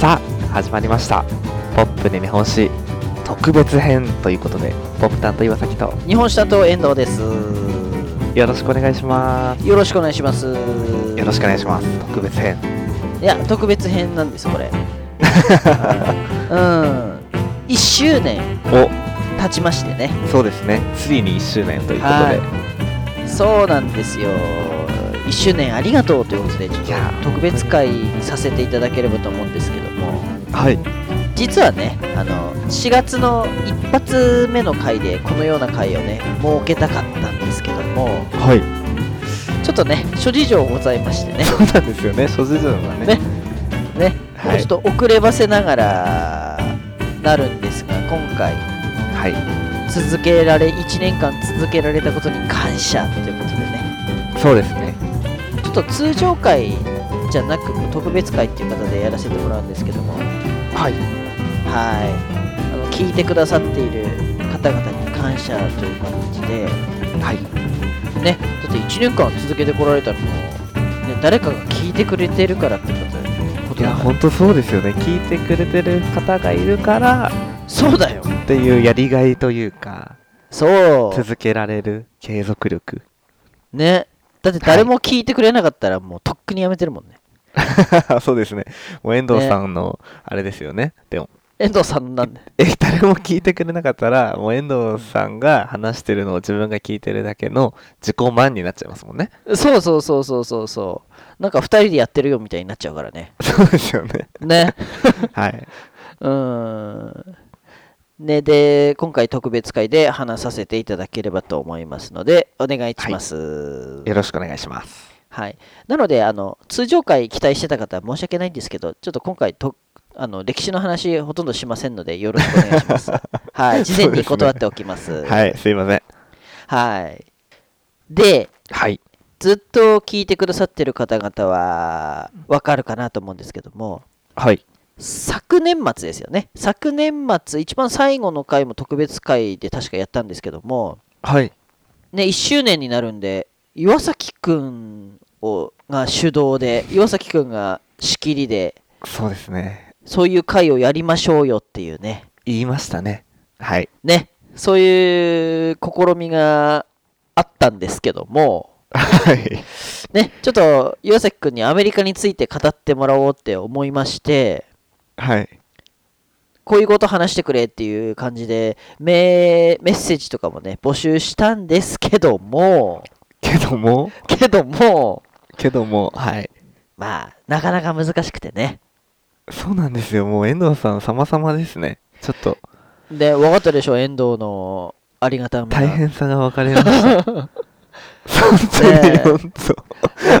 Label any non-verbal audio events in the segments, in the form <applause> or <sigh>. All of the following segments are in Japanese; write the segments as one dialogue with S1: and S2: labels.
S1: さあ始まりましたポップで日本史特別編ということでポップ担当岩崎と
S2: 日本下と遠藤です
S1: よろしくお願いします
S2: よろしくお願いします
S1: よろしくお願いします特別編
S2: いや特別編なんで
S1: <laughs>
S2: すこれうん1周年
S1: お
S2: 経ちましてね
S1: そうですねついに1周年ということで、
S2: はいそうなんですよ1周年ありがとうということでちょっ
S1: いや
S2: と特別会にさせていただければと思うんですけども
S1: はい、
S2: 実はねあの4月の一発目の回でこのような回をね設けたかったんですけども
S1: はい、
S2: ちょっとね諸事情ございましてね
S1: そうなんですよね諸事情がね
S2: ねね、
S1: はい
S2: ちょっと遅ればせながらなるんですが今回
S1: はい
S2: 続けられ1年間続けられたことに感謝ということでね
S1: そうですね
S2: ちょっと通常会じゃなく特別会っていう形でやらせてもらうんですけども
S1: はい
S2: はいあの聞いてくださっている方々に感謝という形で
S1: はい
S2: ねだって1年間続けてこられたらもう、ね、誰かが聞いてくれてるからってこと
S1: い
S2: だ
S1: や
S2: から
S1: 本当そうですよね聞いてくれてる方がいるから
S2: そうだよ
S1: っていうやりがいというか
S2: そう
S1: 続けられる継続力
S2: ねだって誰も聞いてくれなかったらもうとっくにやめてるもんね、
S1: <laughs> そうですね。もう遠藤さんの、あれですよね。でも、
S2: <laughs> 遠藤さんなんで
S1: え、誰も聞いてくれなかったら、もう遠藤さんが話してるのを自分が聞いてるだけの自己満になっちゃいますもんね。
S2: そうそうそうそうそうそうなんか2人でやってるよみたいになっちゃうからね
S1: <laughs> そうですよね。
S2: ね
S1: はい。
S2: うーんねで今回特別会で話させていただければと思いますのでお願いしますはい、
S1: よろしくお願いします。
S2: なのであの通常会期待してた方は申し訳ないんですけどちょっと今回とあの歴史の話ほとんどしませんのでよろしくお願いします <laughs> はい事前に断っておきます
S1: はい、すいません。
S2: はい。で、
S1: はい。
S2: ずっと聞いてくださってる方々は、わかるかなと思うんですけども、
S1: はい。
S2: 昨年末ですよね。昨年末、一番最後の回も特別会で確かやったんですけども、
S1: はい。
S2: ね、1周年になるんで、岩崎くんをが主導で、岩崎くんが仕切りで、
S1: そうですね。
S2: そういう会をやりましょうよっていうね、
S1: 言いましたね。はい。
S2: ね、そういう試みがあったんですけども、
S1: はい。
S2: ね、ちょっと岩崎君にアメリカについて語ってもらおうって思いまして
S1: はい。
S2: こういうこと話してくれっていう感じでメメッセージとかもね募集したんですけども
S1: けども、
S2: けども
S1: けども、はい。
S2: まあなかなか難しくてね
S1: そうなんですよ。もう遠藤さん様々ですね。ちょっと
S2: で分かったでしょ遠藤のありがたみが
S1: 大変さが分かりま <laughs> した。本当
S2: ね
S1: に
S2: え
S1: 本当。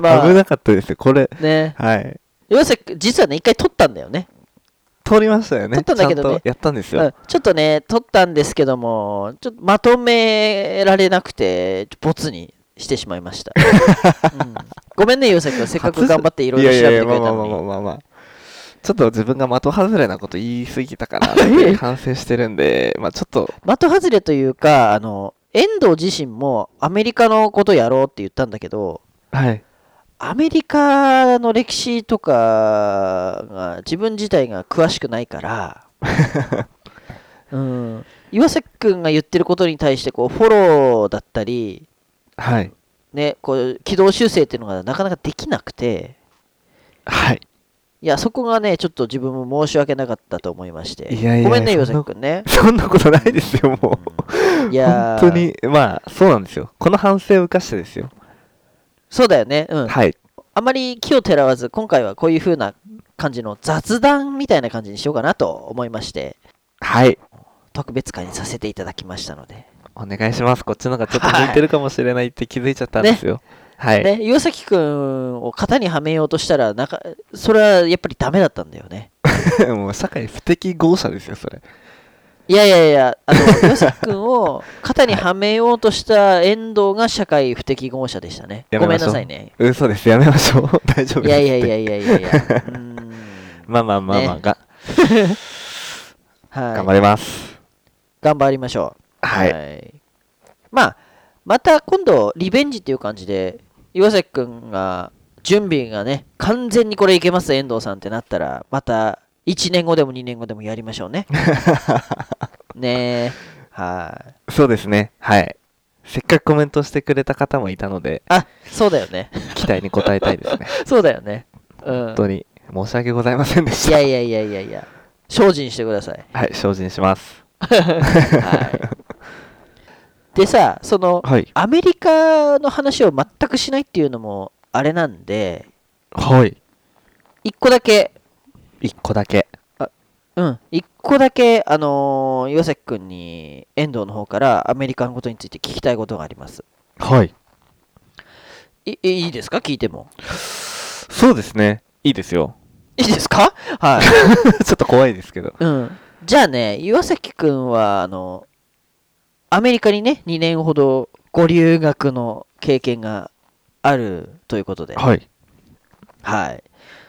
S2: ま
S1: 危
S2: あ
S1: なかったですよ、これ。
S2: ね
S1: はい。
S2: 岩崎君実はね一回撮ったんだよね
S1: 通りましたよね。
S2: 撮ったんだけどね
S1: ちゃんとやったんですよ。
S2: うんちょっとね撮ったんですけどもちょっとまとめられなくてボツにしてしまいました、うんごめんね優作君せっかく頑張っていろいろ調べてくれ
S1: い
S2: た
S1: やいやいやまあまあまあ
S2: の
S1: まあまあ。ちょっと自分が的外れなこと言い過ぎた
S2: <laughs>
S1: かなっていう反省してるんで、まあちょっと、
S2: に的外れというかあの遠藤自身もアメリカのことやろうって言ったんだけど
S1: はい。
S2: アメリカの歴史とかが自分自体が詳しくないから、
S1: <laughs>
S2: うん、岩崎君が言ってることに対してこうフォローだったり
S1: はい。
S2: ね、こう軌道修正っていうのがなかなかできなくて、
S1: はい。 <laughs>
S2: いや、そこがね、ちょっと自分も申し訳なかったと思いまして、
S1: いやいや
S2: ごめんね、
S1: そんな
S2: 岩崎君ね。
S1: そんなことないですよ、もう。
S2: いや
S1: 本
S2: ー
S1: 当に、まあ、そうなんですよ。この反省を生かしてですよ。
S2: そうだよね、うん、
S1: はい。
S2: あまり気をてらわず、今回はこういう風な感じの雑談みたいな感じにしようかなと思いまして、
S1: はい。
S2: 特別会にさせていただきましたので、
S1: お願いします。こっちの方がちょっと向いてるかもしれないって気づいちゃったんですよ。はい。
S2: ね、岩崎君を型にはめようとしたらなんか、それはやっぱりダメだったんだよね。 <laughs>
S1: もう社会不適合者ですよ、それ。
S2: いやいやいや、あの、
S1: <laughs>
S2: 岩崎君を肩にはめようとした遠藤が社会不適合者でしたね。
S1: や
S2: ご
S1: めま
S2: めん
S1: しょう
S2: なさいね。
S1: 嘘です、やめましょう。 <laughs> 大丈夫です。
S2: いやいやいやいやいやいや。うーん
S1: まあまあまあまあ、
S2: ね
S1: が
S2: はい、
S1: 頑張ります。
S2: 頑張りましょう。
S1: はい。
S2: まあ、また今度、リベンジっていう感じで、岩崎君が、準備がね、完全にこれいけます、遠藤さんってなったら、また1年後でも2年後でもやりましょ
S1: <laughs>
S2: うね。ねえ。はい。
S1: そうですね。はい。せっかくコメントしてくれた方もいたので、
S2: あ、そうだよね。
S1: 期待に応えたいですね。 <laughs>
S2: そうだよね。うん
S1: 本。当に申し訳ございませんでし
S2: い
S1: た。
S2: やいやいやいやいや。精進してください。
S1: はい、精進します。
S2: はい。でさ、その、
S1: はい。
S2: アメリカの話を全くしないっていうのもあれなんで、
S1: はい。
S2: 一個だけ、
S1: 一個だけ。
S2: うん、一個だけ、あのー岩崎くんに遠藤の方からアメリカのことについて聞きたいことがあります。
S1: はい。
S2: いいいいですか聞いても。
S1: そうですね。いいですよ。 <laughs>
S2: いいですかはい。
S1: ちょっと怖いですけど。
S2: うん。じゃあね、岩崎くんは、あの、アメリカにね、2年ほどご留学の経験があるということで、
S1: はい。
S2: はい。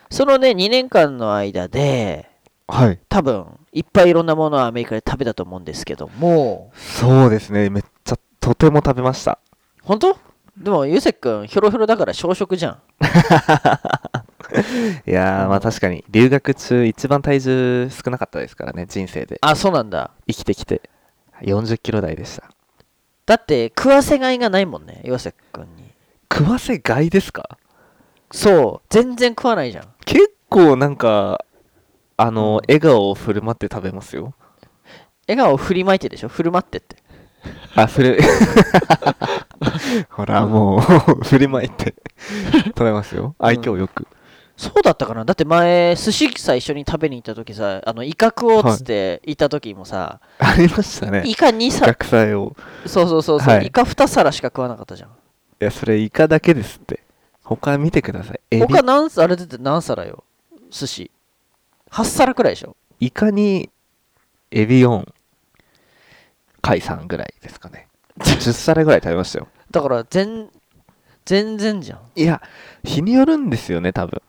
S2: そのね、2年間の間で、
S1: はい。
S2: 多分、いっぱいいろんなものをアメリカで食べたと思うんですけども、
S1: そうですね。めっちゃ、とても食べました。
S2: 本当でも、ゆせくん、ひょろひょろだから小食じゃん。
S1: いやー、まあ確かに、留学中一番体重少なかったですからね、人生で。
S2: あ、そうなんだ。
S1: 生きてきて。40キロ台でした。
S2: だって、食わせがいがないもんね、岩瀬くんに。
S1: 食わせがいですか
S2: そう、全然食わないじゃん。
S1: 結構なんか、あの、
S2: うん
S1: 笑顔を振る舞って食べますよ。
S2: 笑顔を振りまいてでしょ振る舞ってって。
S1: あ、そ
S2: <laughs>
S1: れ、ほら、も
S2: <laughs>
S1: う、振りまいて、食べますよ。愛嬌よく。
S2: そうだったかなだって前、寿司さ、一緒に食べに行った時さ、あの、イカ食おうっつって行った時もさ、
S1: ありましたね。
S2: イカ2皿、
S1: 学祭を。
S2: そうそうそうそう、
S1: はい
S2: イカ2皿しか食わなかったじゃん。
S1: いや、それ、イカだけですって。他見てください。エビ
S2: 他、何皿あれだって何皿よ寿司8皿くらいでしょ
S1: イカに、エビ4、貝3ぐらいですかね。10皿
S2: <laughs>
S1: ぐらい食べましたよ。
S2: だから全全然じゃん
S1: いや、日によるんですよね、多分。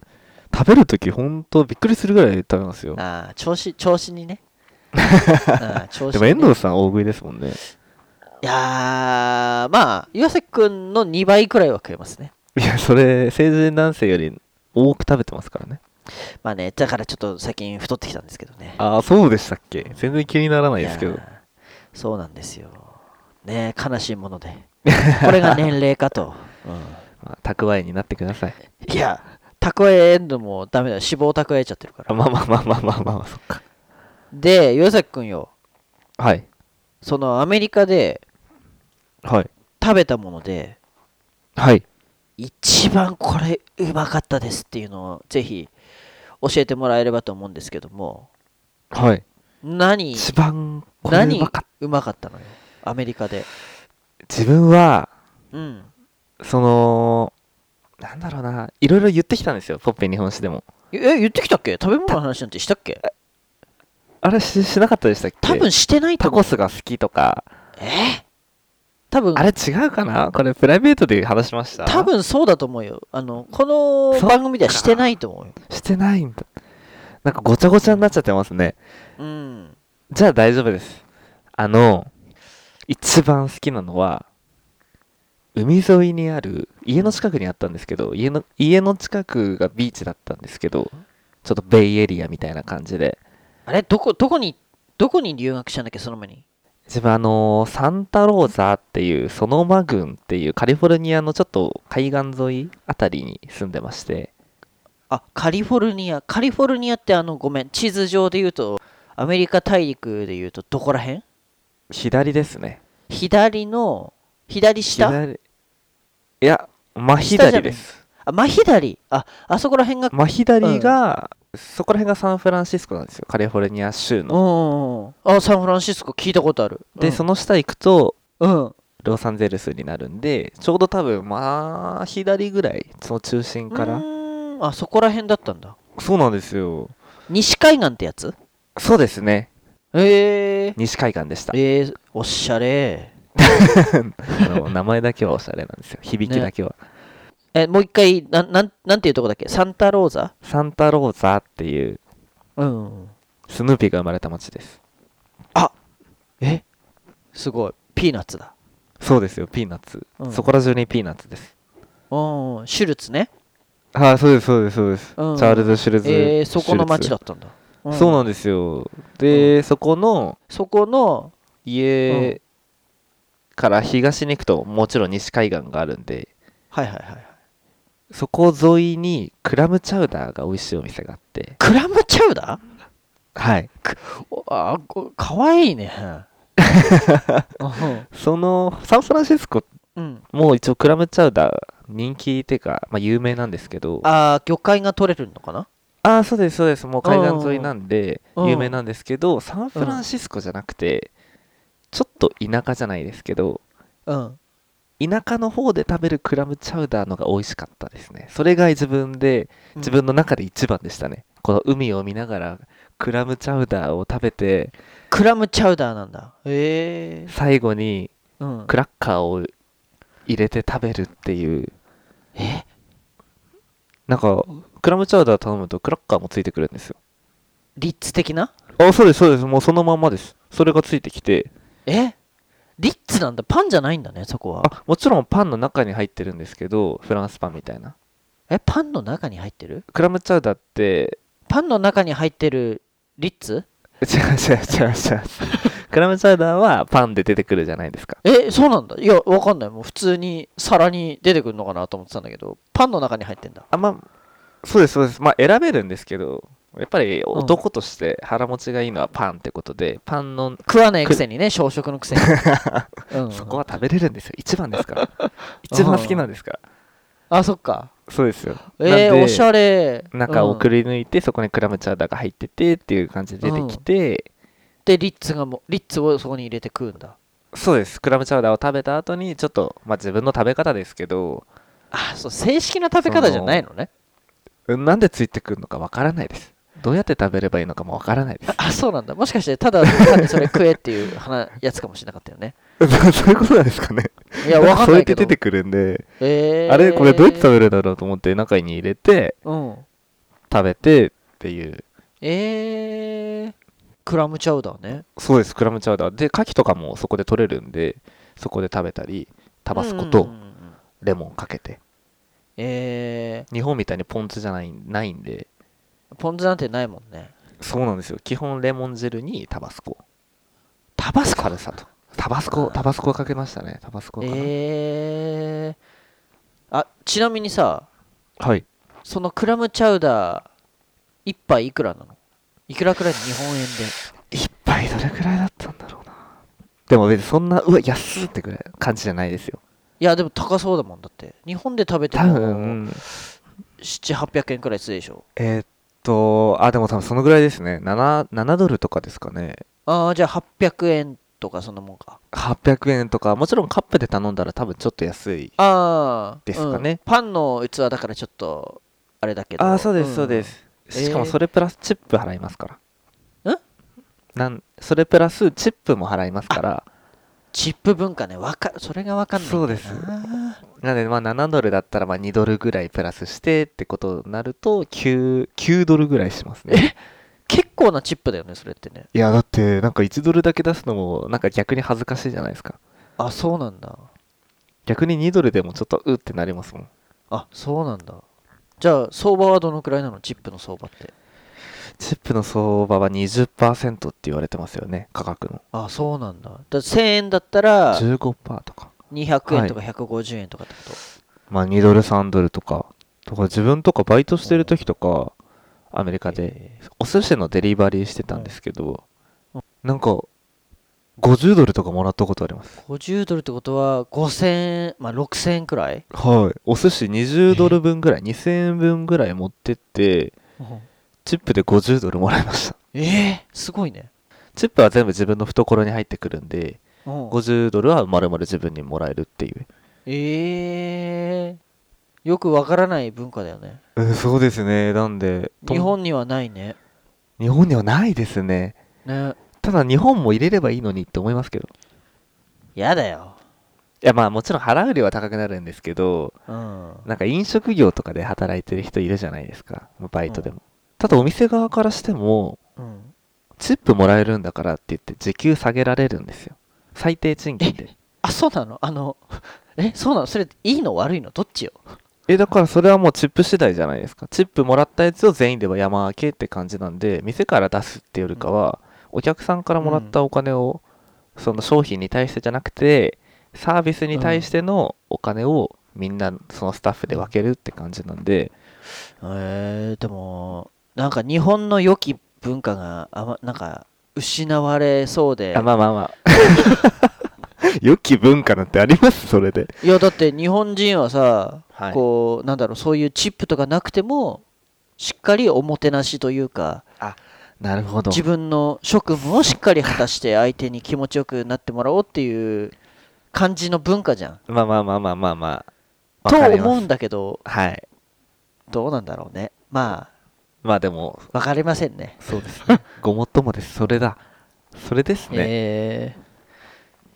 S1: 食べるとき、ほんとびっくりするぐらい食べますよ。
S2: ああ調子調子
S1: <laughs>
S2: にねああ調子
S1: で
S2: に
S1: も遠
S2: ね
S1: 藤さん大食いですもんね。
S2: いやーまあ岩瀬くんの2倍くらいは食えますね
S1: いや、それ、成人男性より多く食べてますからね。
S2: まあねだからちょっと最近太ってきたんですけどね
S1: ああ、そうでしたっけ全然気にならないですけ
S2: い
S1: ど
S2: や。ーそうなんですよねえ悲しいものでこれが年齢
S1: <laughs>
S2: かと、
S1: まあ、蓄えになってください。
S2: いや蓄えんのもダメだよ脂肪を蓄えちゃってるか
S1: あ
S2: ら
S1: まあまあまあまあまあまあ、そっか。
S2: で岩崎くんよ
S1: はい。
S2: そのアメリカで
S1: はい。
S2: 食べたもので
S1: はい。
S2: 一番これうまかったですっていうのをぜひ教えてもらえればと思うんですけども
S1: はい。
S2: 何
S1: 一番、これう
S2: 何
S1: まかっ
S2: うまかったのよアメリカで
S1: 自分は、
S2: うん
S1: その、なんだろうな、いろいろ言ってきたんですよ、ポッペ日本史でも。
S2: え言ってきたっけ食べ物の話なんてしたっけ
S1: あれし、しなかったでしたっけ
S2: 多分してないと
S1: タ
S2: 思う
S1: コスが好きとか、
S2: え多分
S1: あれ違うかなこれ、プライベートで話しました
S2: 多分そうだと思うよあのこ
S1: そ
S2: の
S1: っか
S2: 番組ではしてないと思うよ
S1: してないんだ。なんかごちゃごちゃになっちゃってますね。
S2: うん
S1: じゃあ大丈夫です。あの、一番好きなのは、海沿いにある、家の近くにあったんですけど、家の、家の近くがビーチだったんですけど、ちょっとベイエリアみたいな感じで、
S2: あれどこどこにどこに留学したんだっけその前に
S1: 自分あのーサンタローザっていう、ソノマ郡っていうカリフォルニアのちょっと海岸沿いあたりに住んでまして、
S2: あカリフォルニアカリフォルニアってあのごめん地図上で言うとアメリカ大陸で言うとどこら辺
S1: 左ですね。
S2: 左の左下
S1: 左いや、真
S2: 下じゃ
S1: 左
S2: ない
S1: です。
S2: あ真左ああそこら辺が
S1: 真左が、そこら辺がサンフランシスコなんですよ、カリフォルニア州の。
S2: うんあサンフランシスコ聞いたことある
S1: で、
S2: うん
S1: その下行くと
S2: うん
S1: ロサンゼルスになるんでちょうど多分まあ左ぐらいその中心から、
S2: うーんあそこら辺だったんだ
S1: そうなんですよ
S2: 西海岸ってやつ
S1: そうですね
S2: へえ
S1: 西海岸でした
S2: えー、おしゃれ
S1: あの名前だけはおしゃれなん
S2: <laughs>
S1: ですよ響きだけは、
S2: えもう一回なんなんなんていうとこだっけサンタローザ
S1: サンタローザっていう
S2: うん
S1: スヌーピーが生まれた町です
S2: えすごいピーナッツだ
S1: そうですよピーナッツ、
S2: うん
S1: そこら中にピーナッツです
S2: うんシュルツね
S1: はいそうですそうですそうです、
S2: うん
S1: チャールズ・シュルズ
S2: えー、そこの町だったんだうん
S1: そうなんですよで、そこの
S2: そこの
S1: 家から東に行くともちろん西海岸があるんで
S2: はいはいはいはい
S1: そこ沿いにクラムチャウダーが美味しいお店があって
S2: クラムチャウダー
S1: はい
S2: おあこかわい
S1: <laughs>
S2: いねうん
S1: そのサンフランシスコ
S2: うん
S1: もう一応クラムチャウダー人気っていうか、まあ、有名なんですけど
S2: ああ魚介が取れるのかな
S1: ああそうですそうですもう海岸沿いなんで
S2: うん
S1: 有名なんですけどサンフランシスコじゃなくてちょっと田舎じゃないですけど
S2: うん
S1: 田舎の方で食べるクラムチャウダーのが美味しかったですねそれが自分で自分の中で一番でしたね、この海を見ながらクラムチャウダーを食べて
S2: クラムチャウダーなんだへえ
S1: 最後に
S2: うん
S1: クラッカーを入れて食べるっていう
S2: え
S1: なんかクラムチャウダー頼むとクラッカーもついてくるんですよ
S2: リッツ的な
S1: あそうですそうですもうそのまんまですそれがついてきて
S2: えリッツなんだパンじゃないんだねそこは
S1: あもちろんパンの中に入ってるんですけどフランスパンみたいな
S2: えパンの中に入ってる
S1: クラムチャウダーって
S2: パンの中に入ってるリッツ
S1: 違う違う違う <laughs> 違うクラムチャウダーはパンで出てくるじゃないですか
S2: えそうなんだいやわかんないもう普通に皿に出てくるのかなと思ってたんだけどパンの中に入ってんだ
S1: あまあそうですそうですまあ選べるんですけどやっぱり男として腹持ちがいいのはパンってことで、パンの
S2: 食わねえくせにね小食のくせに、うん、
S1: そこは食べれるんですよ一番ですから
S2: <laughs>
S1: 一番好きなんですから
S2: あそっか
S1: そうですよ
S2: え
S1: なん
S2: ー、
S1: で
S2: おしゃれ
S1: 中を
S2: うん
S1: くり抜いて、そこにクラムチャウダーが入っててっていう感じで出てきて、
S2: でリッツがもうリッツをそこに入れて食うんだ
S1: そうですクラムチャウダーを食べた後にちょっと、まあ、自分の食べ方ですけど
S2: あそう正式な食べ方じゃないのね
S1: うんなんでついてくるのかわからないですどうやって食べればいいのかもわから
S2: <laughs>
S1: ないです
S2: ああそうなんだもしかしてただ単にそれ食えっていう話やつかもしれなかったよね
S1: そういうことなんですかね
S2: いやわかんないけど
S1: くるんで、
S2: えー、
S1: べるんだろうと思って中に入れて
S2: うん
S1: 食べてっていう
S2: えー、クラムチャウダーね
S1: そうですクラムチャウダーで牡蠣とかもそこで取れるんでそこで食べたりタバスコ
S2: うん
S1: と
S2: うんうんうん
S1: レモンかけて、
S2: え
S1: 日本みたいにポン酢じゃないないんで
S2: ー、ポン酢なんてないもんね
S1: そうなんですよ基本レモン汁にタバスコ
S2: タバス
S1: サルサとタバスコタバスコかけましたねタバスコかな、
S2: えー、あちなみにさ
S1: はい
S2: そのクラムチャウダー一杯いくらなのいくらくらい日本円で
S1: 一杯どれくらいだったんだろうなでも別にそんなうわ安っってくらい感じじゃないですよ
S2: いやでも高そうだもんだって日本で食べて
S1: 多
S2: も
S1: 分
S2: 7800円くらいするでしょ
S1: えーっと、あ、でも多分そのぐらいですね。7、7ドルとかですかね。
S2: ああじゃあ800円とかそんなもんか
S1: 800円とか、もちろんカップで頼んだら多分ちょっと安い。
S2: ああ
S1: ですかね
S2: パンの器だからちょっとあれだけど
S1: あー、そうです、
S2: ん
S1: そうです。
S2: えー
S1: しかもそれプラスチップ払いますから。
S2: ん
S1: なんそれプラスチップも払いますから。
S2: チップ文化ねわかそれがわかんないんだよな
S1: なんで、まあ7ドルだったらまあ2ドルぐらいプラスしてってことになると、9、9ドルぐらいしますね。
S2: 結構なチップだよねそれってね
S1: いや、だってなんか1ドルだけ出すのも、なんか逆に恥ずかしいじゃないですか。
S2: あそうなんだ
S1: 逆に2ドルでもちょっとうってなりますもん。
S2: あそうなんだじゃあ相場はどのくらいなのチップの相場って
S1: チップの相場は20%って言われてますよね価格の
S2: あそうなんだだから1000円だったら
S1: 15%とか
S2: 200円とか150円とかってこと、
S1: まあ2ドル3ドルとかとか自分とかバイトしてる時とかアメリカで
S2: え
S1: お寿司のデリバリーしてたんですけどなんか50ドルとかもらったことあります
S2: ー50ドルってことは5000円まあ6000円くらい
S1: はいお寿司20ドル分ぐらい2000円分ぐらい持ってってチップで50ドルもらいました
S2: ええすごいね
S1: チップは全部自分の懐に入ってくるんで
S2: うん
S1: 50ドルは丸々自分にもらえるっていう
S2: ええよくわからない文化だよね
S1: うんそうですねなんで
S2: 日本にはないね
S1: 日本にはないですね
S2: ね
S1: ただ日本も入れればいいのにって思いますけど
S2: やだよ
S1: いやまあもちろん払う量は高くなるんですけど
S2: うん
S1: なんか飲食業とかで働いてる人いるじゃないですかバイトでも、ただお店側からしても
S2: うん
S1: チップもらえるんだからって言って時給下げられるんですよ最低賃金で
S2: あそうなのあのえそうなのそれいいの悪いのどっちよ
S1: ええ、だからそれはもうチップ次第じゃないですか。チップもらったやつを全員では山分けって感じなんで、店から出すっていうよりかは、お客さんからもらったお金を、その商品に対してじゃなくて、サービスに対してのお金をみんなそのスタッフで分けるって感じなんで、
S2: えー、でもなんか日本の良き文化があまなんか失われそうで
S1: あ、まあまあ
S2: <laughs>
S1: まあ。良き文化なんてありますそれで。
S2: いやだって日本人はさ、
S1: はい
S2: こうなんだろうそういうチップとかなくてもしっかりおもてなしというか
S1: なるほど。
S2: 自分の職務をしっかり果
S1: <laughs>
S2: たして相手に気持ちよくなってもらおうっていう感じの文化じゃん。
S1: まあまあまあまあまあまあ。
S2: と
S1: わかります
S2: 思うんだけど
S1: はい。
S2: どうなんだろうねま
S1: まあでも、
S2: あわかりませんね。
S1: そうです
S2: <laughs>
S1: ね。ごもっともです。それだ。それですね。
S2: えー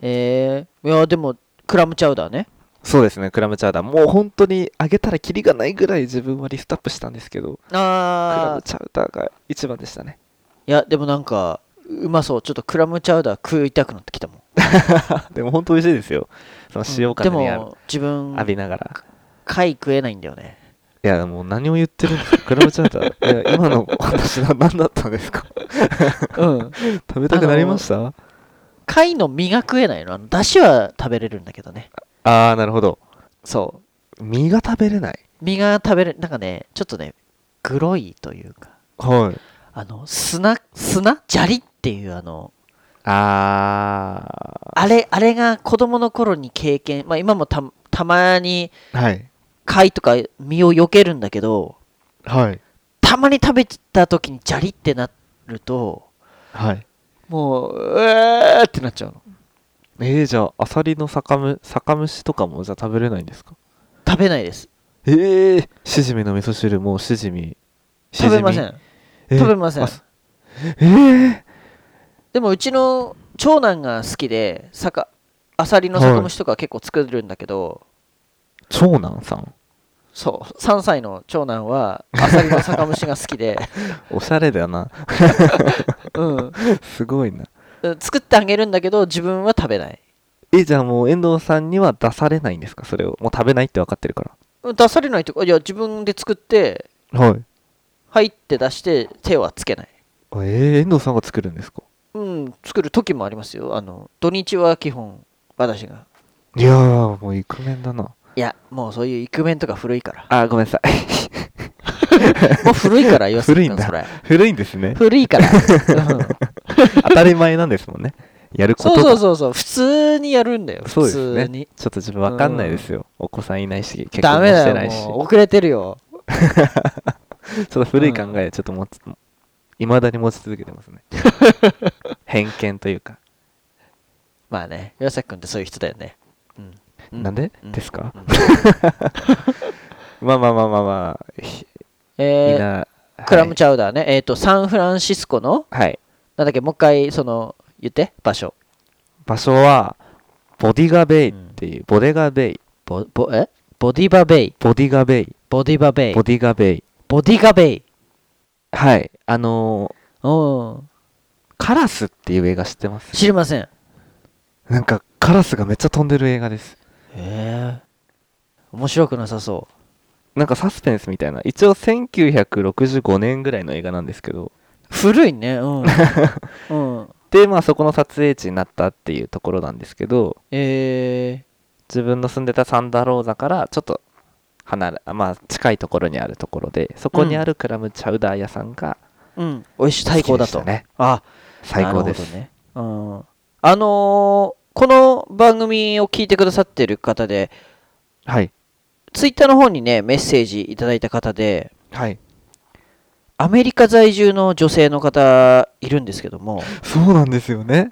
S2: えーいやでもクラムチャウダーね
S1: そうですね、クラムチャウダー。もう本当にあげたらキリがないぐらい自分はリストアップしたんですけど、クラ
S2: あ
S1: ムチャウダーが一番でしたね。
S2: いやでもなんかうまそうちょっとクラムチャウダー食いたくなってきたもん
S1: でも本当美味しいですよ。その塩
S2: で
S1: 風にあ
S2: も自分
S1: 浴びながら。
S2: 貝食えないんだよね
S1: いや、もう何を言ってるんですか、クラムチャウダー。いや、今のお話な何だったんですか
S2: うん
S1: 食べたくなりましたあ
S2: 貝の身が食えないのあの出汁は食べれるんだけどね
S1: あー、なるほど。
S2: そ
S1: 身が食べれない。
S2: う身が食べれなんかねちょっとねグロいというか
S1: はい。
S2: あの砂砂砂利っていうあの
S1: あ
S2: あれあれが子供の頃に経験まあ今もたたまに
S1: ー。はい。
S2: 貝とか身を避けるんだけど
S1: はい。
S2: たまに食べた時に砂利ってなると
S1: はい。
S2: もううえーってなっちゃうの
S1: えー、じゃあ、アサリの酒む酒蒸しとかもじゃあ食べれないんですか
S2: 食べないです
S1: ええしじみの味噌汁もしじみ。しじ
S2: 食
S1: み
S2: べません
S1: え
S2: 食べません
S1: あえ
S2: でもうちの長男が好きで酒アサリの酒蒸しとか結構作るんだけど、
S1: ー長男さん。
S2: そう3歳の長男はアサリの酒蒸しが好き
S1: <laughs>
S2: で、
S1: おしゃれだな。
S2: うん、
S1: すごいな。
S2: 作ってあげるんだけど自分は食べない
S1: え、じゃあもう遠藤さんには出されないんですかそれを。もう食べないって分かってるか
S2: うん出されないとかいや自分で作って
S1: ら。はい。
S2: 入って出して手はつけない
S1: ええ遠藤さんが作るんですか
S2: うん作る時もありますよあの土日は基本私が
S1: いやー、もうイクメンだな。
S2: いやもうそういうイクメンとか古い
S1: <laughs>
S2: から
S1: あー、ごめんなさい。
S2: もう古いから言わせ
S1: 古いんだ
S2: それ
S1: 古いんです
S2: <laughs>
S1: ね。
S2: 古いから、
S1: <laughs>
S2: うん
S1: 当たり前なんですもんね。やること
S2: そう
S1: が
S2: そうそうそう普通にやるんだよ
S1: そう
S2: 普
S1: で
S2: 通
S1: す
S2: に
S1: ね。ちょっと自分分かんないですよ。お子さんいないし、結
S2: ダ
S1: 婚も
S2: メ
S1: して
S2: だ
S1: ない
S2: よ
S1: し。
S2: もう遅れてるよ
S1: <laughs> ちょっと古い考え、ちょっと持つ、いまだに持ち続けてます
S2: <laughs>
S1: ね。偏見というか。
S2: まあね岩崎君ってそういう人だよねうんう
S1: なんで、
S2: うん
S1: ですか
S2: う、ん
S1: <laughs> まあまあまあまあまあ、ひみん
S2: え
S1: な、
S2: ークラム
S1: ち
S2: チャウダーねえっとサンフランシスコの
S1: ゃん。はい。
S2: なんだっけもう一回その言って場所
S1: 場所は、ボディガベイっていう、ボデガベイ、
S2: ボボえボディバベイ
S1: ボディガベイ、
S2: ボディバベイ
S1: ボディガベイ。
S2: ボディガベイ
S1: はい。あのー
S2: うん
S1: カラスっていう映画知ってます
S2: 知りません
S1: なんか、カラスがめっちゃ飛んでる映画です。
S2: え面白くなさそ
S1: なんかサスペンスみたいな。一応1965年ぐらいの映画なんですけど、
S2: う古いねうんうん
S1: で、まあそこの撮影地になったっていうところなんですけど、
S2: え
S1: 自分の住んでたサンダローザからちょっと離れ、まあ、近いところにあるところでそこにあるクラムチャウダー屋さんが
S2: ーうん美味しい最高だと
S1: 好きでしたね
S2: あ
S1: 最高です、
S2: なるほどね。うん。あのーこの番組を聞いてくださってる方で、
S1: はい
S2: ツイッターの方にね、メッセージいただいた方で、
S1: はい
S2: アメリカ在住の女性の方いるんですけども、
S1: そうなんですよね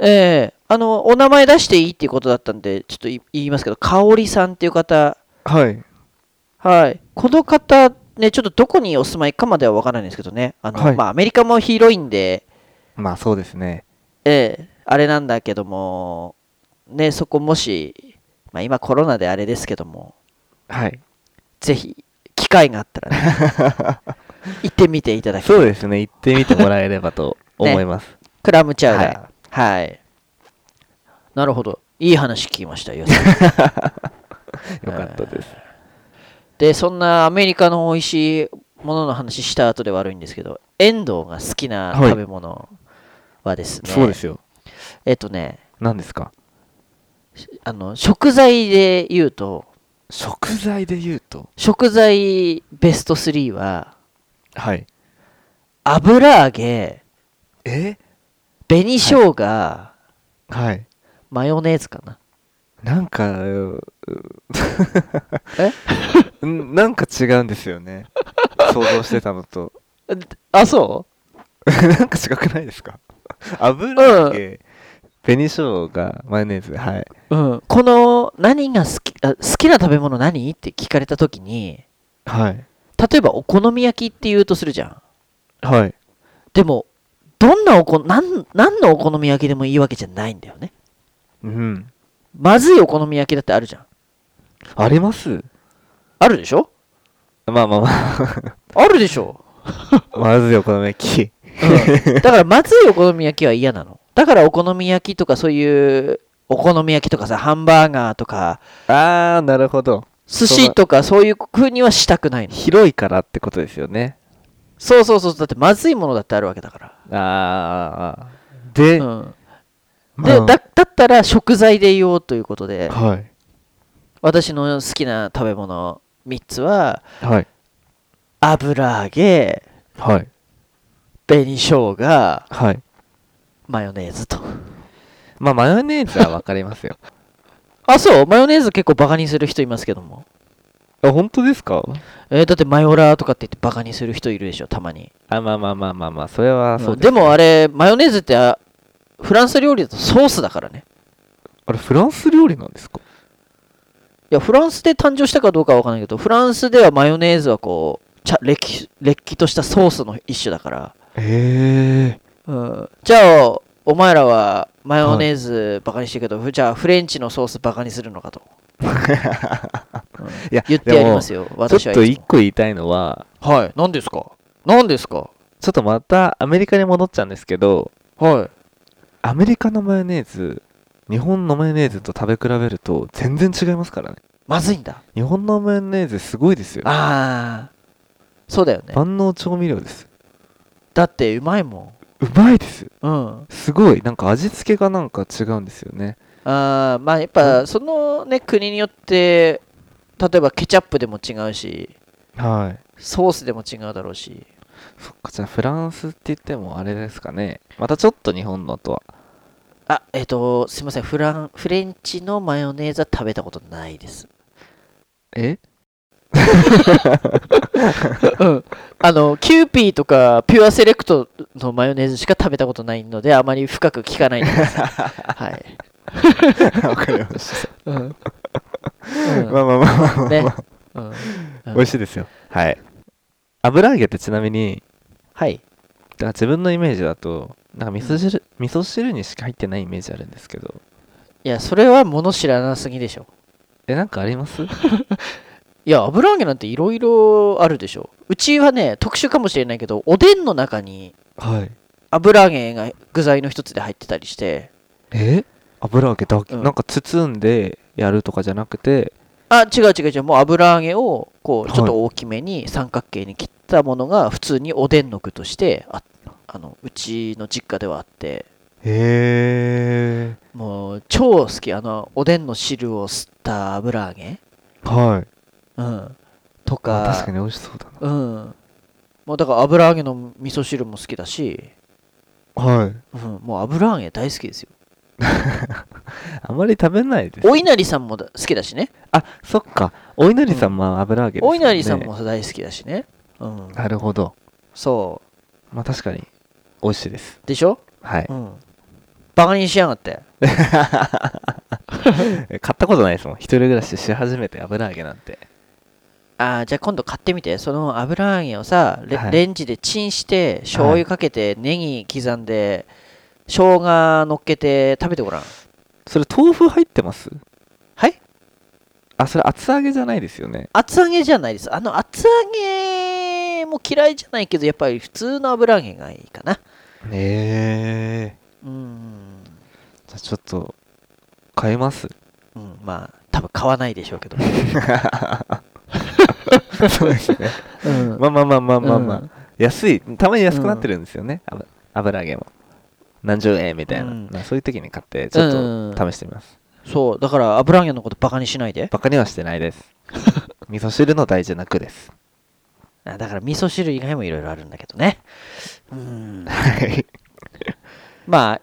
S2: ええあの、お名前出していいっていうことだったんで、ちょっとい言いますけど、かおりさんっていう方、
S1: はい
S2: はい。この方、ね、ちょっとどこにお住まいかまでは分からないんですけどね、あの、
S1: はい
S2: まあ、アメリカも広いんで、
S1: まあそうですね
S2: ええ、あれなんだけども、ね、そこもし、まあ、今コロナであれですけども、
S1: はい
S2: ぜひ、機会があったらね、
S1: <laughs>
S2: 行ってみていただき
S1: そうですね行ってみてもらえれば <laughs> と
S2: ね
S1: 思います、
S2: クラムチャウ
S1: は
S2: ダー。
S1: い
S2: はい。なるほど。いい話聞きましたよ。
S1: よかったです
S2: <laughs> で、そんなアメリカの美味しいものの話した後で悪いんですけど、遠藤が好きな食べ物はですね、
S1: そうですよ。
S2: えっとね、
S1: 何ですか
S2: あの、食材で言うと、
S1: 食材で言うと。
S2: 食材ベスト3は、
S1: はい。
S2: 油揚げ、
S1: え
S2: 紅生姜、
S1: はい。
S2: マヨネーズかな。
S1: なん <laughs> か、う
S2: え
S1: うん <laughs> なんか違うんですよね。想像してたのと。 <laughs>
S2: あ、そ
S1: なんか違くないですか油揚げ、紅生姜、マヨネーズ、はい。
S2: ううん。この、何が好き、あ好きな食べ物何って聞かれた時に、
S1: はい。
S2: 例えばお好み焼きって言うとするじゃん。
S1: はい。
S2: でも、どんなおこ、なん、何のお好み焼きでもいいわけじゃないんだよね。
S1: うん。
S2: まずいお好み焼きだってあるじゃん。
S1: あります
S2: あるでしょ
S1: まあまあま
S2: あるでしょ、
S1: あ。まずいお好み焼き。
S2: うん、 <laughs> だからまずいお好み焼きは嫌なの。だからお好み焼きとかそういう、お好み焼きとかさ、ハンバーガーとか、
S1: あー、なるほど。
S2: 寿司とかそういう風にはしたくないの。
S1: 広いからってことですよね。
S2: そうそうそう、だってまずいものだってあるわけだから。
S1: あー。で、
S2: うん、で
S1: まあ
S2: だだったら食材で言おうということで、
S1: はい。
S2: 私の好きな食べ物3つは、
S1: はい。
S2: 油揚げ、
S1: はい。
S2: 紅生姜、
S1: はい。
S2: マヨネーズと。
S1: まあ、マヨネーズはわかりますよ。
S2: あ、そうマヨネーズ結構バカにする人いますけども。
S1: <laughs> あ、本当ですか
S2: えーだってマヨラーとかって言ってバカにする人いるでしょ、たまに。
S1: あ、まあまあまあまあまあ、それはそう
S2: うん
S1: です、
S2: でもあれ、マヨネーズってあフランス料理だとソースだからね。
S1: あれ、フランス料理なんですか
S2: いや、フランスで誕生したかどうかはわかんないけど、フランスではマヨネーズはこう、ちゃれっきれっきとしたソースの一種だから。
S1: ええ
S2: うん、じゃあ、お前らはマヨネーズバカにしてるけど、ふじゃあフレンチのソースバカにするのかと。うん
S1: いや、
S2: 言ってやり
S1: でも
S2: ますよ、
S1: ち
S2: 私
S1: ょ
S2: は
S1: っと
S2: いつ
S1: 一
S2: も。
S1: 個言いたいのは、
S2: はい、何ですか何ですか
S1: ちょっとまたアメリカに戻っちゃうんですけど、
S2: はい。
S1: アメリカのマヨネーズ、日本のマヨネーズと食べ比べると全然違いますからね。
S2: まずいんだ。
S1: 日本のマヨネーズすごいですよ。
S2: ああ。そうだよね。
S1: 万能調味料です。
S2: だってうまいも
S1: うまいです。
S2: ん。うん。
S1: すごい。なんか味付けがなんか違うんですよね。
S2: あーまあやっ
S1: う
S2: ぱそのね、国によって、例えばケチャップでも違うし、
S1: はい。
S2: ソースでも違うだろうし。
S1: そっか、じゃあフランスって言ってもあれですかね。またちょっと日本のとは。
S2: あ、えっ、と、すいませんフラン、フレンチのマヨネーズは食べたことないです。
S1: え
S2: うん。あの、キューピーとか、ピュアセレクトのマヨネーズしか食べたことないので、あまり深く聞かないでください。
S1: <laughs>
S2: はい。
S1: <laughs> わかりました。
S2: うん。うん
S1: <laughs> まあまあまあまあまあ、
S2: ね。うん
S1: <laughs> 美味しいですよ。はい。油揚げってちなみに、
S2: はい。
S1: だから自分のイメージだと、なんか味噌汁、味噌汁にしか入ってないイメージあるんですけど、
S2: いや、それは物知らなすぎでしょ。
S1: え、なんかあります
S2: いや、油揚げなんていろいろあるでしょ。うちはね、特殊かもしれないけど、おでんの中に
S1: はい。
S2: 油揚げが具材の一つで入ってたりして、
S1: え油揚げだけ、
S2: うん
S1: なんか包んでやるとかじゃなくて、
S2: あ、違う違う違う、もう油揚げを、こう、
S1: はい
S2: ちょっと大きめに三角形に切ったものが、普通におでんの具として、ああの、うちの実家ではあって、
S1: へえ。
S2: もう、超好き、あの、おでんの汁を吸った油揚げ、
S1: はい。
S2: うん、とか、
S1: 確かに美味しそうだ
S2: うん。もうだから油揚げの味噌汁も好きだし、
S1: な。はい。
S2: うん、もう油揚げ大好きですよ。
S1: あまり食べないです。
S2: お稲荷さんもだ好きだしね。
S1: あ、そっか。お稲荷さんも油揚げですも
S2: お
S1: ね
S2: 稲荷さん。も大好きだしね。うん。
S1: なるほど。
S2: そ
S1: まあ確かに、美味しいです。
S2: う。でしょ。
S1: は <laughs> いう
S2: ん。バカにしやがって。
S1: え買ったことないですもん。一人暮らしし始めて油揚げなんて。
S2: ああ、じゃあ今度買ってみて。その油揚げをさ、レ,、
S1: はい
S2: レンジでチンして、醤油かけて、ネギ刻んで、生姜乗っけて食べてごらん。
S1: それ豆腐入ってます
S2: はい
S1: あ、それ厚揚げじゃないですよね。
S2: 厚揚げじゃないです。あの、厚揚げも嫌いじゃないけど、やっぱり普通の油揚げがいいかな。
S1: へえ。
S2: うーん、
S1: じゃあちょっと、買います。 <laughs>
S2: <laughs> うん、まあ、多分買わないでしょうけど。
S1: そうですね。
S2: うん
S1: まあまあまあまあまあまあ、
S2: うん
S1: 安い、たまに安くなってるんですよね、油油揚げも。何十円みたいな、
S2: うん
S1: まあそういう時に買って、ちょっ
S2: うん
S1: と試してみます。
S2: そう、だから油揚げのことバカにしないで。
S1: バカにはしてない
S2: <laughs>
S1: です。味噌汁の大事なくです。
S2: あだから味噌汁以外もいろいろあるんだけどね。うん。 <laughs>
S1: はい。
S2: まあ、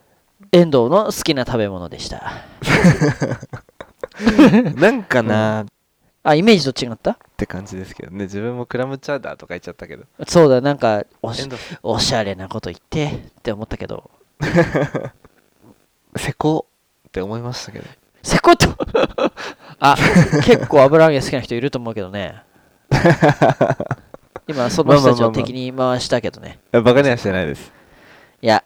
S2: 遠藤の好きな食べ物でした。
S1: なんかなーっ
S2: あ、イメージと違った
S1: て感じですけどね、自分もクラムチャウダーとか言っちゃったけど。
S2: そうだ、なんかお
S1: 遠
S2: し、
S1: 藤
S2: おしゃれなこと言ってって思ったけど、
S1: せこって思いましたけど。
S2: せこと
S1: <laughs>
S2: あ、結構油揚げ好きな人いると思うけどね。今、その人たちを敵に回したけどね。
S1: いやバカにはしてないです。
S2: いや、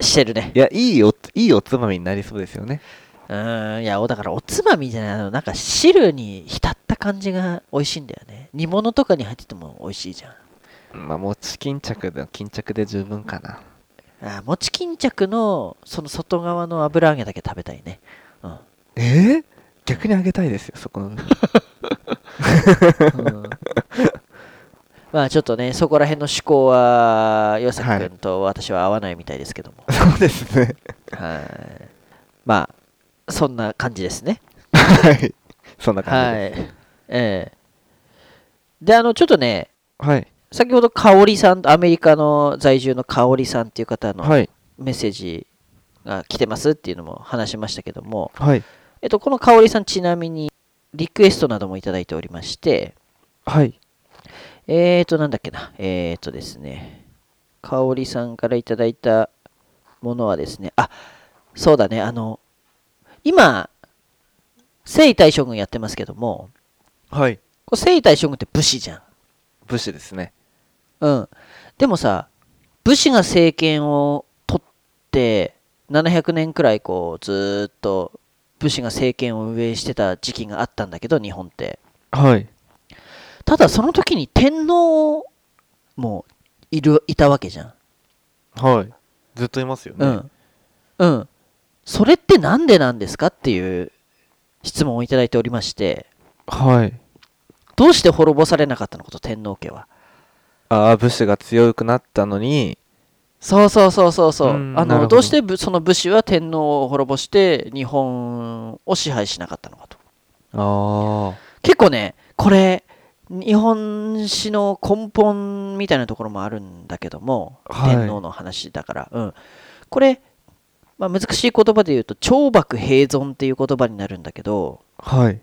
S2: してるね。
S1: いや、いいお、いいおつまみになりそうですよね。
S2: うーん、いや、おだからおつまみじゃないの、なんか汁に浸った感じが美味しいんだよね。煮物とかに入ってても美味しいじゃん。
S1: まあ、もうチ巾着で、巾着で十分かな。
S2: あー、餅巾着のその外側の油揚げだけ食べたいね。うん。
S1: えー、逆にあげたいですよ、そこの部分。 <laughs>
S2: うんまあちょっとね、そこら辺の思考は、岩
S1: は
S2: 崎
S1: い
S2: 君と私は合わないみたいですけども。
S1: そうですね。
S2: はい。まあ、そんな感じですね。
S1: はい。そんな感じ
S2: は
S1: で
S2: い。ええで、あの、ちょっとね、
S1: す。はい。
S2: 先ほど、香織さん、アメリカの在住の香織さんっていう方の
S1: はい。
S2: メッセージが来てますっていうのも話しましたけども、
S1: はい。
S2: えっと、この香織さん、ちなみに、リクエストなどもいただいておりまして、
S1: はい。
S2: えーと、なんだっけな。えーとですね。かおりさんからいただいたものはですね、あ、そうだね、あの、今、征夷大将軍やってますけども、
S1: はい。
S2: こう征夷大将軍って武士じゃん。
S1: 武士ですね。
S2: うん。でもさ、武士が政権を取って、700年くらいこう、ずーっと武士が政権を運営してた時期があったんだけど、日本って。
S1: はい。
S2: ただその時に天皇もいるいたわけじゃん。
S1: はい。ずっといますよ
S2: う。ん。うん。それってなんでなんですかっていう質問をいただいておりまして、
S1: はい。
S2: どうして滅ぼされなかったのこと、天皇家は。
S1: ああ、武士が強くなったのに、
S2: そうそうそうそうそう。
S1: うん
S2: あ
S1: なるほ
S2: の
S1: ど
S2: どうしてぶその武士は天皇を滅ぼして日本を支配しなかったのかと。
S1: ああ。
S2: 結構ね、これ、日本史の根本みたいなところもあるんだけども、
S1: はい
S2: 天皇の話だから、うん、これ、まあ、難しい言葉で言うと長幕併存っていう言葉になるんだけど
S1: はい。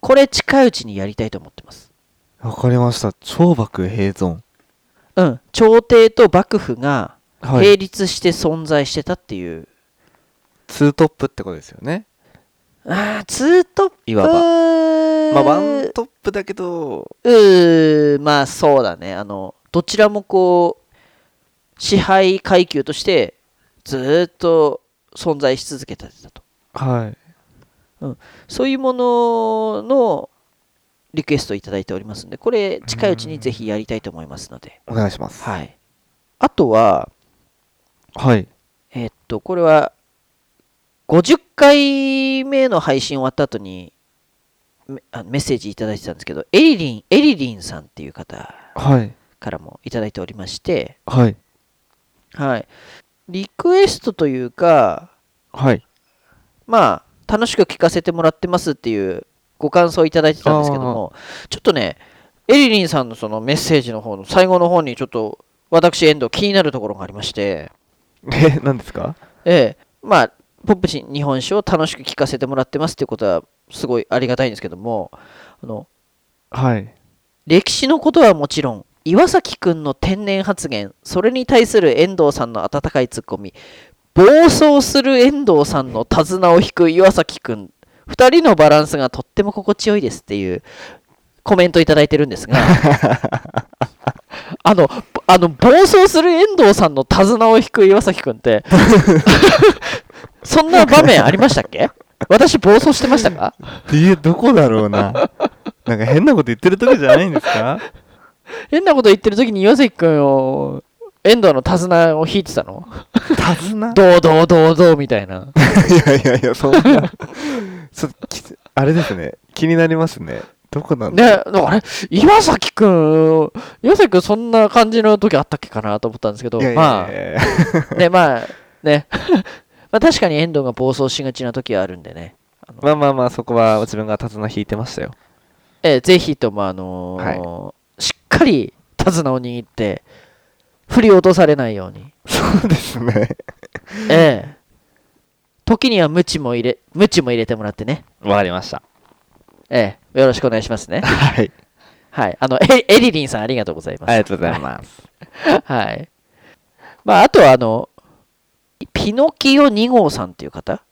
S2: これ近いうちにやりたいと思ってます、
S1: わかりました。長幕併存。
S2: うん、朝廷と幕府が
S1: はい。
S2: 並立して存在してたっていう、
S1: ツートップってことですよね。
S2: あーツートップ
S1: いわば。まあ、ワン
S2: う
S1: トップだけど、
S2: ーまあそうだねあのどちらもこう支配階級としてずーっと存在し続けてたと
S1: はい。
S2: そういうもののリクエストをいただいておりますのでこれ近いうちにぜひやりたいと思いますので
S1: お願いします。
S2: はいあとは
S1: はい。
S2: えっとこれは50回目の配信終わった後にメあメッセージいただいてたんですけどエリリンエリリンさんっていう方
S1: はい。
S2: からもいただいておりまして、
S1: はい。
S2: はい、リクエストというか、
S1: はい。
S2: まあ、楽しく聞かせてもらってますっていうご感想をいただいてたんですけども、ちょっとね、エリリンさんのそのメッセージの方の最後の方にちょっと私、遠藤、気になるところがありまして、
S1: <laughs> え、何ですか
S2: ええ、まあ、ポップチン日本酒を楽しく聞かせてもらってますっていうことは、すごいありがたいんですけども、あの
S1: はい。
S2: 歴史のことはもちろん岩崎くんの天然発言それに対する遠藤さんの温かいツッコミ暴走する遠藤さんの手綱を引く岩崎くん2人のバランスがとっても心地よいですっていうコメントいただいてるんですがあのあの暴走する遠藤さんの手綱を引く岩崎くんってそんな場面ありましたっけ私暴走してましたか
S1: え、どこだろう <laughs> な。なんか変なこと言ってる時じゃないんですか
S2: 変なこと言ってる時に岩崎君を遠藤の手綱を引いてたの
S1: 手 <laughs> 綱
S2: どうどうどうどうみた
S1: <laughs>
S2: いな
S1: いやいやいや、そんな。ちょっときつあれですね。気になりますね。どこなん
S2: ね、
S1: だ
S2: だからあれ、岩崎くん、岩崎くんそんな感じの時あったっけかなと思ったんですけど、
S1: いやい
S2: ま
S1: やいや
S2: あ、
S1: いや
S2: ね、まあ、ね、 <laughs> まあ確かに遠藤が暴走しがちな時はあるんでね、
S1: まあまあまあ、そこは自分が手綱引いてましたよ。
S2: ええぜひとも、あのーしっかり手綱を握って、振り落とされないように、
S1: そうですね。
S2: ええ時には無知も入れ、無知も入れてもらってね、
S1: わかりました。
S2: ええよろしくお願いしますね。
S1: はい。
S2: はい、あの、えエリリンさんありがとうございます
S1: あ。りがとうございます。
S2: はい。まあ、あとは、あの、ピノキオ2号さんっていう方、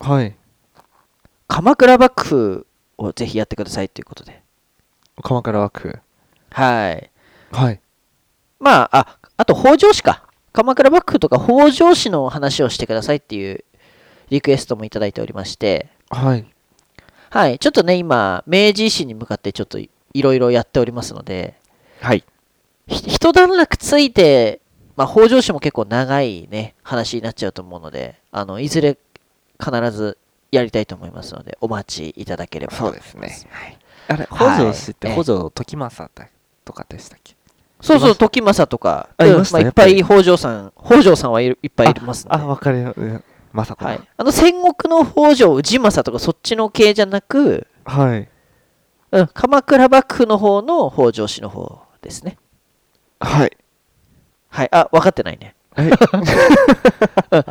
S1: はい。
S2: 鎌倉幕府をぜひやってくださいということで。
S1: 鎌倉幕府。
S2: はい。
S1: はい。
S2: まあ、あ、あと、北条氏か。鎌倉幕府とか北条氏の話をしてくださいっていうリクエストもいただいておりまして、
S1: はい。
S2: はい。ちょっとね、今、明治維新に向かってちょっといろいろやっておりますので、
S1: はい。
S2: ひ一段落ついて、まあ、北条氏も結構長いね、話になっちゃうと思うので、あの、いずれ必ずやりたいと思いますので、お待ちいただければと
S1: そう
S2: 思い
S1: で
S2: ます
S1: ね。。はい。あれ、
S2: はい
S1: 北条氏って
S2: ええ
S1: 北条時政だとかでしたっけ
S2: そうそう、時政とか、
S1: あ
S2: うん
S1: いました
S2: あ、い
S1: や
S2: っ
S1: っぱ
S2: ぱ
S1: り
S2: い北条さん、北条さんはいるいっぱいいますので。
S1: あ、わかるよ。まさか。
S2: はい、あの戦国の北条氏政とかそっちの系じゃなく、
S1: はい。
S2: うん、鎌倉幕府の方の北条氏の方ですね。
S1: はい。
S2: はい、あ、分かってないね。
S1: <laughs> はい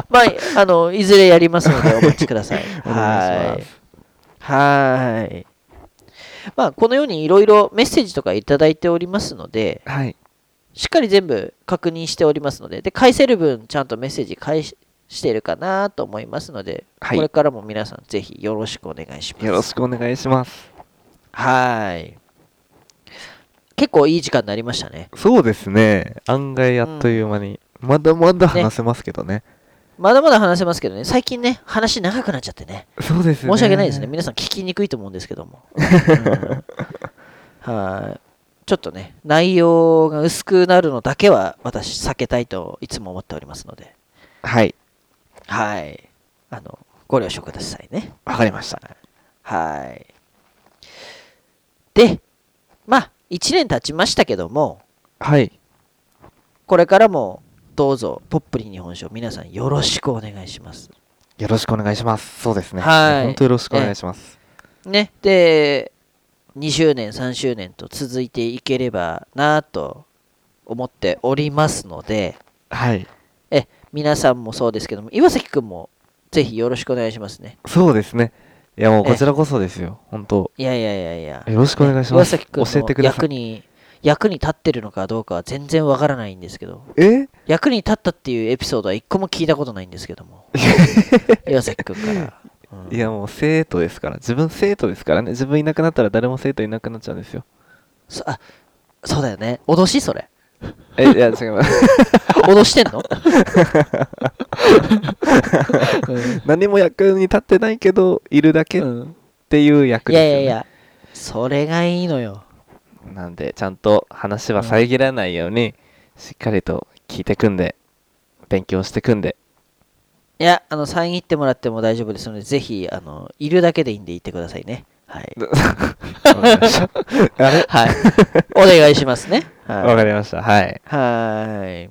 S2: まあ、あの、いずれやりますのでお待ちくだ
S1: <laughs>
S2: さい。
S1: お願
S2: はいい
S1: し。ます。
S2: はーい。まあ、このようにいろいろメッセージとかいただいておりますので、
S1: はい。
S2: しっかり全部確認しておりますので、で、返せる分、ちゃんとメッセージ返ししているかなと思いますので、
S1: はい
S2: これからも皆さんぜひよろしくお願いします。
S1: よろしくお願いします。
S2: はーい。結構いい時間になりましたね。
S1: そうですね。案外あっという間に。まだまだ話せますけどね。
S2: まだまだ話せますけどね、最近ね、話長くなっちゃってね。
S1: そうですね。
S2: 申し訳ないですね。。皆さん聞きにくいと思うんですけども。うんはい。ちょっとね、内容が薄くなるのだけは私避けたいといつも思っておりますので、
S1: はい。
S2: はい。あの、ご了承くださいね。
S1: わかりました。
S2: はい。で、まあ、1年経ちましたけども、
S1: はい。
S2: これからもどうぞ、ポップリン日本酒を皆さんよろしくお願いします。
S1: よろしくお願いします。そうですね。
S2: はい
S1: 本当よろしくお願いします。
S2: ね、で、2周年、3周年と続いていければなと思っておりますので、
S1: はい。
S2: え、皆さんもそうですけども、岩崎くんもぜひよろしくお願いしますね。
S1: そうですね。いやもう
S2: ええ
S1: こちらこそですよ。本当。
S2: いやいやいやいや。
S1: よろしくお願いし
S2: 岩
S1: ます。
S2: 崎くん
S1: 教えてく
S2: の
S1: ださ
S2: 役
S1: い。
S2: に、役に立ってるのかどうかは全然わからないんですけど、
S1: え
S2: 役に立ったっていうエピソードは一個も聞いたことないんですけど
S1: <laughs>
S2: も、岩崎くんから。うん
S1: いやもう生徒ですから。自分生徒ですからね。自分いなくなったら誰も生徒いなくなっちゃうんですよ。
S2: そあそうだよね。脅しそれ。
S1: え、いや違います。
S2: 脅してんの
S1: <laughs> 何も役に立ってないけど、いるだけっ
S2: うん
S1: ていう役
S2: い
S1: です
S2: や
S1: よ、ね
S2: いやいや、それがいいのよ。
S1: なんで、ちゃんと話は遮らないように、しっかりと聞いてくんで、勉強してくんで。
S2: いや、あの、遮ってもらっても大丈夫ですので、ぜひ、あの、いるだけでいいんで言ってくださいね。はい。
S1: わかりました。あれ
S2: はい。お願いしま
S1: <laughs>
S2: すね。
S1: わ
S2: は
S1: かりました。はい。
S2: い。はい。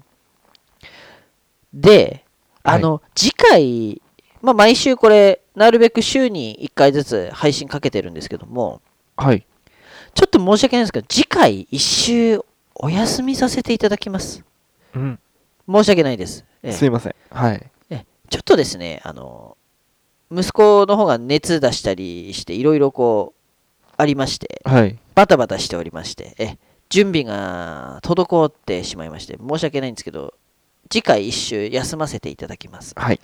S2: で、あの、次回、まあ、毎週これ、なるべく週に1回ずつ配信かけてるんですけども、
S1: はい。
S2: ちょっと申し訳ないんですけど、次回1週お休みさせていただきます。
S1: うん。
S2: 申し訳ないです。ええ
S1: すいません。はい。
S2: えちょっとですね、あの、息子の方が熱出したりして、いろいろこう、ありまして、
S1: はい。
S2: バタバタしておりまして、え準備が滞ってしまいまして、申し訳ないんですけど、次回一周休ませていただきます。
S1: はい。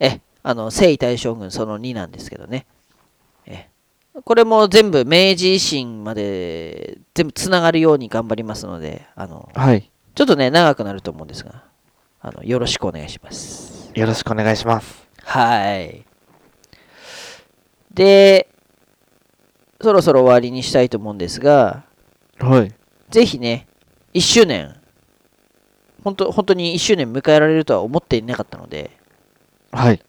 S2: え、あの、征夷大将軍その2なんですけどね。え、これも全部明治維新まで全部つながるように頑張りますので、あの、
S1: はい。
S2: ちょっとね、長くなると思うんですが、あの、よろしくお願いします。
S1: よろしくお願いします。
S2: はい。で、そろそろ終わりにしたいと思うんですが、
S1: はい。
S2: ぜひね、1周年、本当本当に1周年迎えられるとは思っていなかったので、
S1: はい。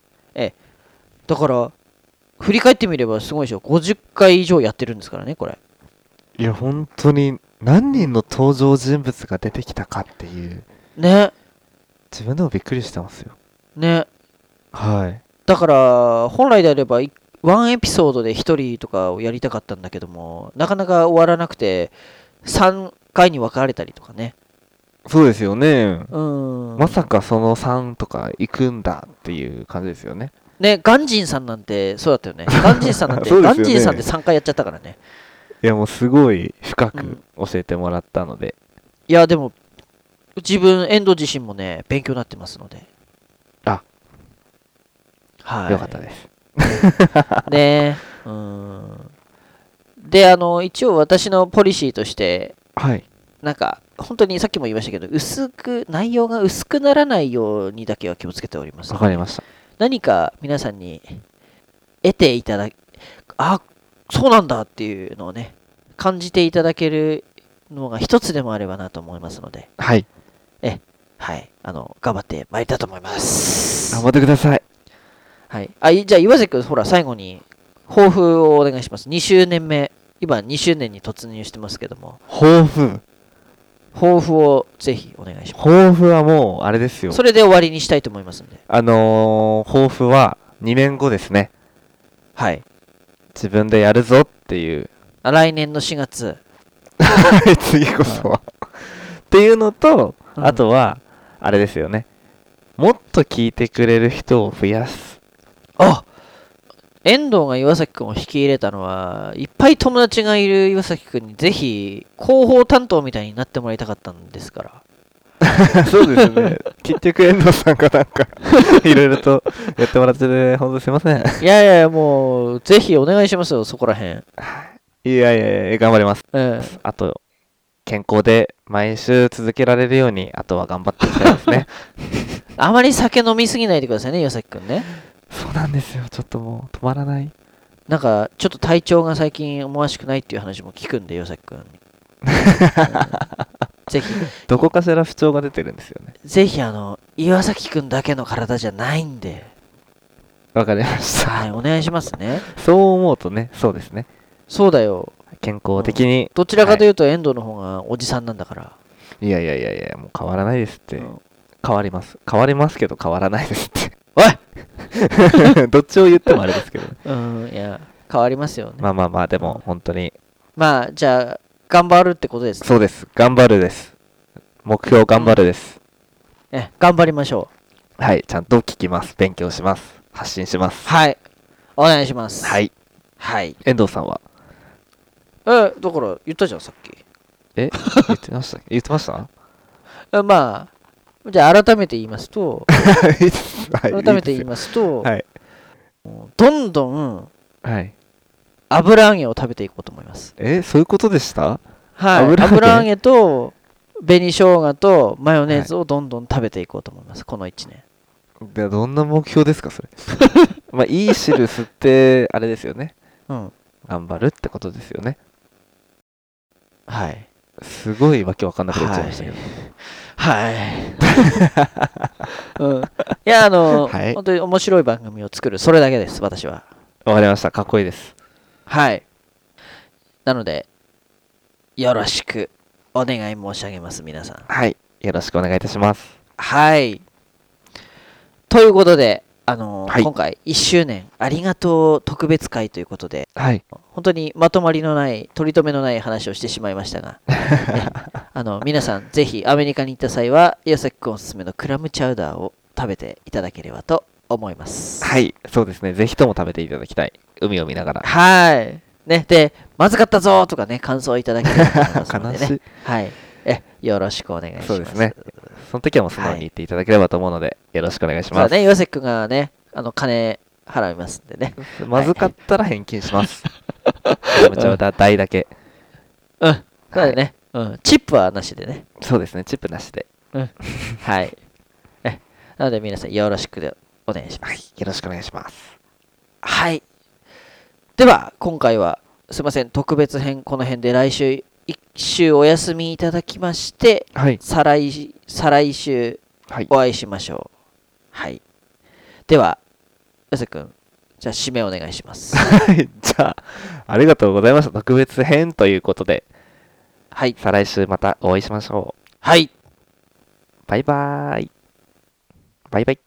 S2: だから、振り返ってみればすごいでしょ50回以上やってるんですからねこれ
S1: いや、本当に何人の登場人物が出てきたかっていう、
S2: ね
S1: 自分でもびっくりしてますよ。
S2: ね
S1: はい。
S2: だから本来であればいワンエピソードで1人とかをやりたかったんだけどもなかなか終わらなくて3回に分かれたりとかね
S1: そうですよね。
S2: うん
S1: まさかその3とか行くんだっていう感じですよね。
S2: ねガンジンさんなんてそうだった
S1: <laughs>
S2: よねガンジンさんなんて、
S1: そうです
S2: ガ
S1: よね
S2: ンジンさんって3回やっちゃったからね
S1: いや、もうすごい深
S2: う
S1: く
S2: ん
S1: 教えてもらったので、
S2: いやでも自分遠藤自身もね勉強になってますので
S1: あ
S2: はい
S1: よかったです。
S2: ねうんであの一応私のポリシーとして
S1: はい。
S2: なんか本当にさっきも言いましたけど薄く内容が薄くならないようにだけは気をつけております
S1: わかりました。
S2: 何か皆さんに得ていただあそうなんだっていうのをね感じていただけるのが一つでもあればなと思いますので
S1: はい。
S2: はいあの頑張ってまいりたいと思います
S1: 頑張ってください。
S2: はい。あ、いじゃあ岩瀬君、ほら、最後に、抱負をお願いします。2周年目、今2周年に突入してますけども、
S1: 抱負。
S2: 抱負をぜひお願いしま
S1: 抱負はもう、あれですよ
S2: す。。それで終わりにしたいと思いますんで。
S1: あのー、抱負は2年後ですね。
S2: はい。
S1: 自分でやるぞっていう
S2: あ来年の4月。
S1: はい次こそは。っていうのと、
S2: うん
S1: あとは、あれですよね。もっと聞いてくれる人を増やす。
S2: あ遠藤が岩崎君を引き入れたのは、いっぱい友達がいる岩崎君にぜひ広報担当みたいになってもらいたかったんですから。
S1: <laughs> そうですね。結局、遠藤さんがなん <laughs> か、いろいろとやってもらってて、ほんとすいません。
S2: <laughs> いやいやいや、もう、ぜひお願いしますよ、そこらへん。
S1: いやいやいや、頑張ります。
S2: ええ
S1: あと、健康で毎週続けられるように、あとは頑張っていきたいですね。 <laughs>
S2: あまり酒飲みすぎないでくださいね、岩崎君ね。
S1: そうなんですよ。ちょっともう止まらない。
S2: なんか、ちょっと体調が最近思わしくないっていう話も聞くんで、よさき <laughs> くんに。うんぜひ、
S1: どこかしら不調が出てるんですよね。
S2: ぜひ、あの、岩崎くんだけの体じゃないんで、
S1: わかりました。
S2: はい、お願いしますね。
S1: そう思うとね、そうですね。
S2: そうだよ。
S1: 健康的に
S2: どちらかというと、遠藤の方がおじさんなんだから。
S1: いやいやいやいや、もう変わらないですって。
S2: うん
S1: 変わります。変わりますけど変わらないですって。<laughs>
S2: お
S1: どっちを言ってもあれですけど
S2: <laughs>
S1: ね。
S2: うん、いや、変わりますよね。
S1: まあまあまあ、でも本当に、
S2: まあ、じゃあ、頑張るってことですね。
S1: そうです。頑張るです。目標頑張るです。
S2: え頑張りましょう。
S1: はい、ちゃんと聞きます。勉強します。発信します。
S2: はい。お願いします。。
S1: はいい。
S2: はい。
S1: 遠藤さんは
S2: え、だから、言ったじゃん、さっき。
S1: <laughs> え言ってました言ってました
S2: えまあ、じゃあ、改めて言いますと、
S1: 改
S2: <laughs> 改めて言いますと、
S1: はい
S2: どんどん
S1: はい。
S2: 油揚げを食べていこうと思います。
S1: え、そういうことでした
S2: はい、
S1: 油
S2: 油
S1: 揚げ
S2: 揚げと紅生姜とマヨネーズをどんどん食べていこうと思います、この1年。
S1: でどんな目標です <laughs> か、それ。まあ、いい汁吸って、あれですよね。
S2: うん。
S1: 頑張るってことですよね。
S2: はい。
S1: すごいわけわかんなくなっちゃいましたけど。
S2: はい。うん、い
S1: <laughs>
S2: や、あの、
S1: はい
S2: 本当に面白い番組を作る、それだけです、私は。
S1: わかりました。かっこいいです。
S2: はい。なので、よろしくお願い申し上げます、皆さん。
S1: はい。よろしくお願いいたします。
S2: はい。ということで、あのー
S1: はい
S2: 今回1周年ありがとう特別会ということで、
S1: はい。
S2: 本当にまとまりのない、取り留めのない話をしてしまいまし
S1: <laughs>
S2: たが、ねあの皆さん、ぜひアメリカに行った際は、岩崎君おすすめのクラムチャウダーを食べていただければと思います。
S1: は。い。そうですね。ぜひとも食べていただきたい。海を見ながら。
S2: はい。ね、で、まずかったぞーとかね、感想をいただければと思いますの
S1: <laughs> 悲
S2: で
S1: し
S2: ね。
S1: い。
S2: はい。え、よろしくお願いします。
S1: そうですねその時はもう素直に言っていただければと思うので、よろしくお願いし
S2: そうだ
S1: ます。
S2: ね、岩崎君がね、あの金払いますんでね。
S1: まずかったら返金します。めちゃめちゃ代だけ。
S2: うん、そうだね、うん。チップはなしでね。
S1: そうですね。チップなしで。
S2: はい。えなので皆さんよろしくでお願いします。
S1: はい。よろしくお願いします。
S2: はい。では、今回はすいません、特別編、この辺で来週、一週お休みいただきまして、
S1: はい。
S2: 再来再来週
S1: はい。
S2: お会いしましょう。はい。では、岩瀬君、じゃあ、締めお願いします。
S1: はい <laughs> じゃあ、ありがとうございました。特別編ということで、
S2: はい。
S1: 再来週またお会いしましょ
S2: はい。
S1: う。バイバーイ。バイバイ。